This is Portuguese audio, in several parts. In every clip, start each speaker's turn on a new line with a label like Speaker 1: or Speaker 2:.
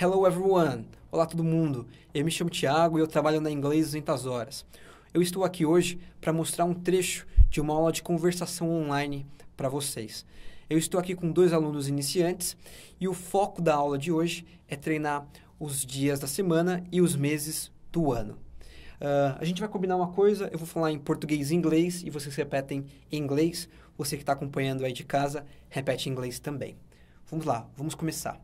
Speaker 1: Hello everyone! Olá todo mundo! Eu me chamo Thiago e eu trabalho na Inglês 200 Horas. Eu estou aqui hoje para mostrar um trecho de uma aula de conversação online para vocês. Eu estou aqui com dois alunos iniciantes e o foco da aula de hoje é treinar os dias da semana e os meses do ano. Ah, a gente vai combinar uma coisa, eu vou falar em português e inglês e vocês repetem em inglês. Você que está acompanhando aí de casa, repete em inglês também. Vamos lá, vamos começar.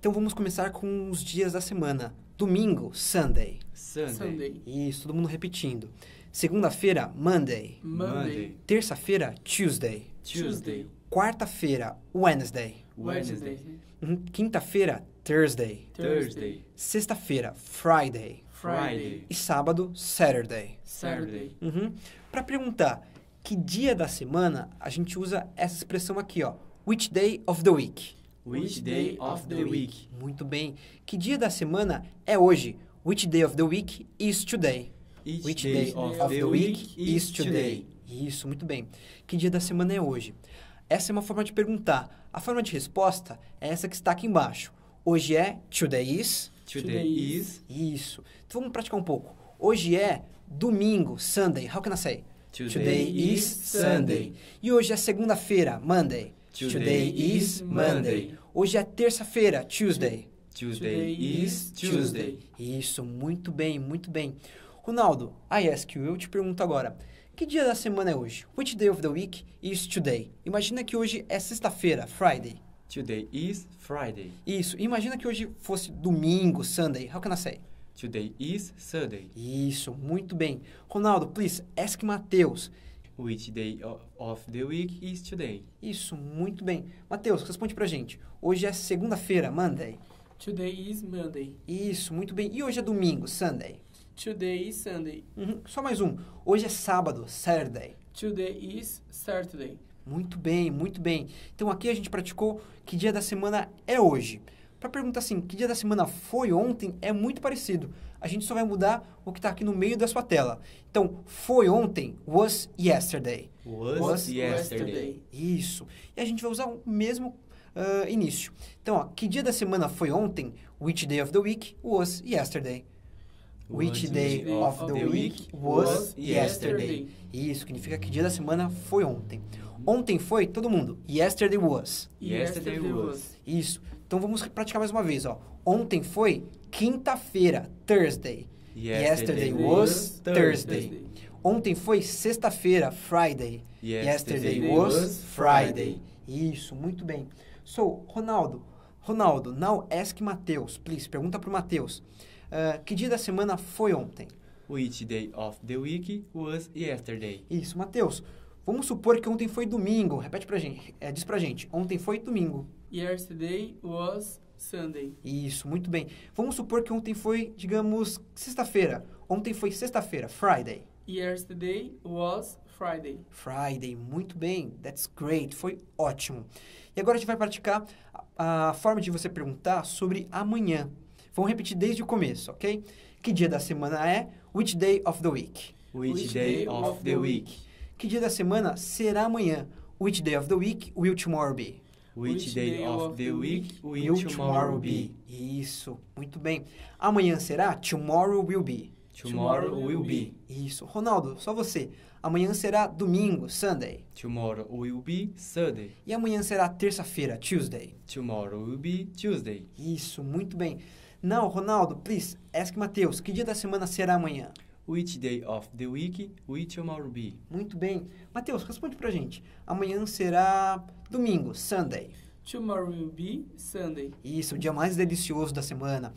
Speaker 1: Então vamos começar com os dias da semana. Domingo, Sunday.
Speaker 2: Sunday.
Speaker 3: Sunday.
Speaker 1: Isso, todo mundo repetindo. Segunda-feira, Monday.
Speaker 3: Monday.
Speaker 1: Terça-feira, Tuesday.
Speaker 2: Tuesday.
Speaker 1: Quarta-feira, Wednesday.
Speaker 3: Wednesday.
Speaker 1: Uhum. Quinta-feira, Thursday.
Speaker 2: Thursday.
Speaker 1: Sexta-feira, Friday.
Speaker 3: Friday.
Speaker 1: E sábado, Saturday.
Speaker 3: Saturday.
Speaker 1: Para perguntar que dia da semana, a gente usa essa expressão aqui, ó. Which day of the week?
Speaker 2: Which day of the week?
Speaker 1: Muito bem. Que dia da semana é hoje? Which day of the week is today?
Speaker 2: Each
Speaker 1: Which day of the week is today? Isso, muito bem. Que dia da semana é hoje? Essa é uma forma de perguntar. A forma de resposta é essa que está aqui embaixo. Hoje é today is.
Speaker 2: Today is
Speaker 1: Isso. Então vamos praticar um pouco. Hoje é domingo, Sunday. How can I say?
Speaker 2: Today
Speaker 1: is
Speaker 2: is
Speaker 1: Sunday. E hoje é segunda-feira, Monday.
Speaker 2: Today
Speaker 3: is Monday.
Speaker 1: Hoje é terça-feira, Tuesday.
Speaker 2: Tuesday is Tuesday.
Speaker 1: Isso, muito bem, muito bem. Ronaldo, I ask you, eu te pergunto agora. Que dia da semana é hoje? Which day of the week is today? Imagina que hoje é sexta-feira, Friday.
Speaker 2: Today is Friday.
Speaker 1: Isso, imagina que hoje fosse domingo, Sunday. How can I say?
Speaker 2: Today is Sunday.
Speaker 1: Isso, muito bem. Ronaldo, please, ask Matheus.
Speaker 2: Which day o- of the week is today?
Speaker 1: Isso, muito bem. Matheus, responde pra gente. Hoje é segunda-feira, Monday.
Speaker 3: Today is Monday.
Speaker 1: Isso, muito bem. E hoje é domingo, Sunday.
Speaker 3: Today is Sunday.
Speaker 1: Uhum, Só mais um. Hoje é sábado, Saturday.
Speaker 3: Today is Saturday.
Speaker 1: Muito bem, muito bem. Então aqui a gente praticou que dia da semana é hoje. Para perguntar assim, que dia da semana foi ontem é muito parecido. A gente só vai mudar o que está aqui no meio da sua tela. Então, foi ontem was yesterday.
Speaker 2: Was,
Speaker 1: Was
Speaker 2: yesterday.
Speaker 1: Isso. E a gente vai usar o mesmo ah, início. Então, ó, que dia da semana foi ontem? Which day of the week was yesterday? Which day of the week was yesterday? Isso significa que dia da semana foi ontem. Ontem foi todo mundo. Yesterday was.
Speaker 2: Yesterday was.
Speaker 1: Isso. Então vamos praticar mais uma vez, ó. Ontem foi quinta-feira, Thursday. Yesterday was Thursday. Ontem foi sexta-feira, Friday. Yesterday was Friday. Isso, muito bem. So, Ronaldo, Ronaldo, now ask Matheus, please. Pergunta pro Matheus. ah, que dia da semana foi ontem?
Speaker 2: Which day of the week was yesterday?
Speaker 1: Isso, Matheus. Vamos supor que ontem foi domingo. Repete pra gente. É, diz pra gente. Ontem foi domingo.
Speaker 3: Yesterday was Sunday.
Speaker 1: Isso, muito bem. Vamos supor que ontem foi, digamos, sexta-feira. Ontem foi sexta-feira, Friday.
Speaker 3: Yesterday was Friday.
Speaker 1: Friday, muito bem. That's great, foi ótimo. E agora a gente vai praticar a, a forma de você perguntar sobre amanhã. Vamos repetir desde o começo, ok? Que dia da semana é? Which day of the week?
Speaker 2: Which day of the week?
Speaker 1: Que dia da semana será amanhã? Which day of the week will tomorrow be?
Speaker 2: Which day of the week will tomorrow be?
Speaker 1: Isso, muito bem. Amanhã será? Tomorrow will be.
Speaker 2: Tomorrow will be.
Speaker 1: Isso. Ronaldo, só você. Amanhã será domingo, Sunday.
Speaker 2: Tomorrow will be Sunday.
Speaker 1: E amanhã será terça-feira, Tuesday.
Speaker 2: Tomorrow will be Tuesday.
Speaker 1: Isso, muito bem. Não, Ronaldo, please, ask Matheus, que dia da semana será amanhã?
Speaker 2: Which day of the week will tomorrow be?
Speaker 1: Muito bem. Matheus, responde pra gente. Amanhã será domingo, Sunday.
Speaker 3: Tomorrow will be Sunday.
Speaker 1: Isso, o dia mais delicioso da semana.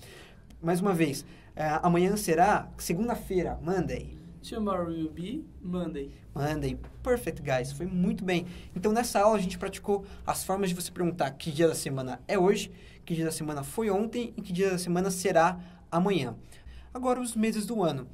Speaker 1: Mais uma vez, eh, amanhã será segunda-feira, Monday.
Speaker 3: Tomorrow will be Monday.
Speaker 1: Monday. Perfect, guys. Foi muito bem. Então, nessa aula, a gente praticou as formas de você perguntar que dia da semana é hoje, que dia da semana foi ontem e que dia da semana será amanhã. Agora, os meses do ano.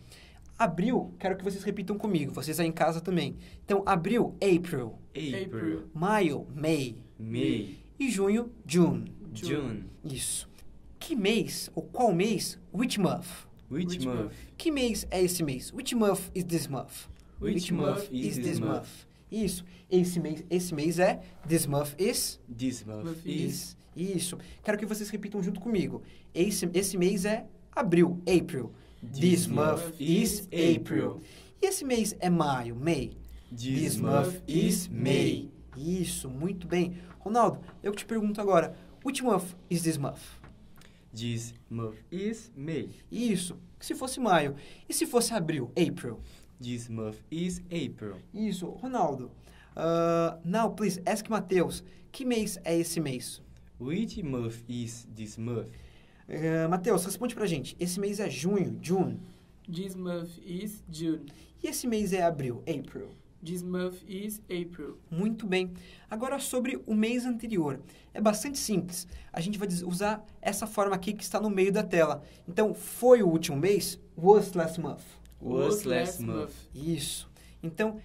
Speaker 1: Abril, quero que vocês repitam comigo, vocês aí em casa também. Então, abril, April.
Speaker 2: April,
Speaker 1: Maio, May.
Speaker 2: May,
Speaker 1: E junho, June.
Speaker 2: June.
Speaker 1: Isso. Que mês ou qual mês? Which month?
Speaker 2: Which
Speaker 3: Which
Speaker 2: month?
Speaker 1: Que mês é esse mês? Which month is this month?
Speaker 2: Which month is this month?
Speaker 1: Isso. Esse mês, esse mês é this month is
Speaker 2: This month
Speaker 3: Month
Speaker 2: is.
Speaker 1: is. Isso. Quero que vocês repitam junto comigo. Esse, esse mês é abril, April. This month is April. E esse mês é maio, May.
Speaker 2: This month is May.
Speaker 1: Isso, muito bem. Ronaldo, eu te pergunto agora, which month is this month?
Speaker 2: This month is May.
Speaker 1: Isso, se fosse maio. E se fosse abril, April?
Speaker 2: This month is April.
Speaker 1: Isso, Ronaldo. Uh, now, please, ask Matheus, que mês é esse mês?
Speaker 2: Which month is this month?
Speaker 1: Uh, Matheus, responde pra gente. Esse mês é junho, June.
Speaker 3: This month is June.
Speaker 1: E esse mês é abril, April.
Speaker 3: This month is April.
Speaker 1: Muito bem. Agora sobre o mês anterior. É bastante simples. A gente vai usar essa forma aqui que está no meio da tela. Então, foi o último mês? Was last month.
Speaker 2: Was last month.
Speaker 1: Isso. Então,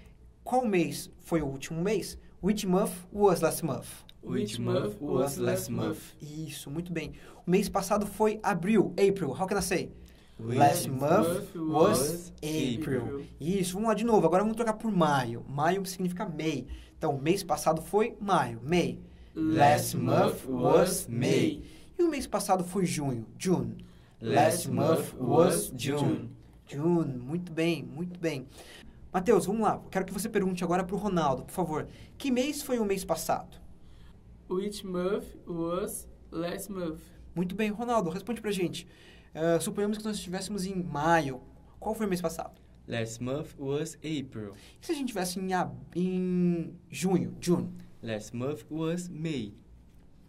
Speaker 1: qual mês foi o último mês? Which month was last month?
Speaker 2: Which month was last month?
Speaker 1: Isso, muito bem. O mês passado foi abril, April. How can I say?
Speaker 2: Which
Speaker 1: Last month was April.
Speaker 3: April.
Speaker 1: Isso, vamos lá de novo. Agora vamos trocar por maio. Maio significa May. Então, mês passado foi maio, May.
Speaker 2: Last month was May.
Speaker 1: E o mês passado foi junho, June.
Speaker 2: Last month was June.
Speaker 1: June, muito bem, muito bem. Matheus, vamos lá. Quero que você pergunte agora para o Ronaldo, por favor. Que mês foi o mês passado?
Speaker 3: Which month was last month?
Speaker 1: Muito bem, Ronaldo, responde pra gente. Ah, suponhamos que nós estivéssemos em maio. Qual foi o mês passado?
Speaker 2: Last month was April.
Speaker 1: E se a gente estivesse em, ab- em junho, June?
Speaker 2: Last month was May.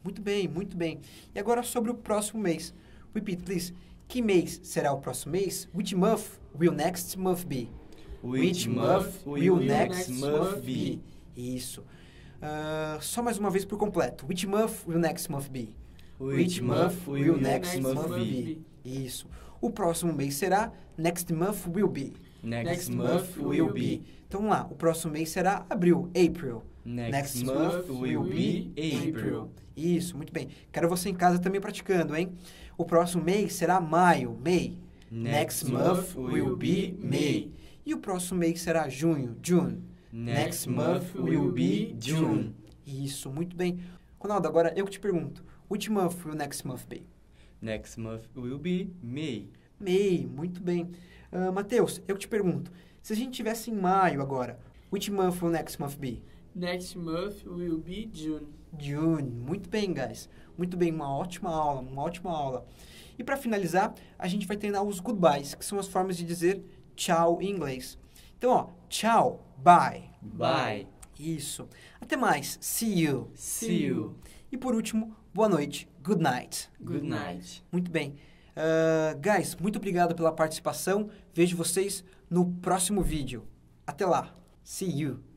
Speaker 1: Muito bem, muito bem. E agora sobre o próximo mês. Repeat, please. Que mês será o próximo mês? Which month will next month be?
Speaker 2: Which month will next month be?
Speaker 1: Isso. Ah, só mais uma vez por completo. Which month will next month be?
Speaker 2: Which month will next month be?
Speaker 1: Isso. O próximo mês será next month will be.
Speaker 2: Next month will be.
Speaker 1: Então vamos lá, o próximo mês será abril, April.
Speaker 2: Next month will be April.
Speaker 1: Isso, muito bem. Quero você em casa também praticando, hein? O próximo mês será maio, May.
Speaker 2: Next month will be May.
Speaker 1: E o próximo mês será junho, June.
Speaker 2: Next month will be June.
Speaker 1: Isso, muito bem. Ronaldo, agora eu que te pergunto. Which month will next month be?
Speaker 2: Next month will be May.
Speaker 1: May, muito bem. Ah, Matheus, eu que te pergunto. Se a gente tivesse em maio agora, which month will next month be?
Speaker 3: Next month will be June.
Speaker 1: June, muito bem, guys. Muito bem, uma ótima aula, uma ótima aula. E para finalizar, a gente vai treinar os goodbyes, que são as formas de dizer tchau em inglês. Então, ó, tchau, bye.
Speaker 2: Bye.
Speaker 1: Isso. Até mais, see you.
Speaker 2: See you.
Speaker 1: E por último, boa noite, good night.
Speaker 2: Good night.
Speaker 1: Muito bem. Ah, guys, muito obrigado pela participação. Vejo vocês no próximo vídeo. Até lá. See you.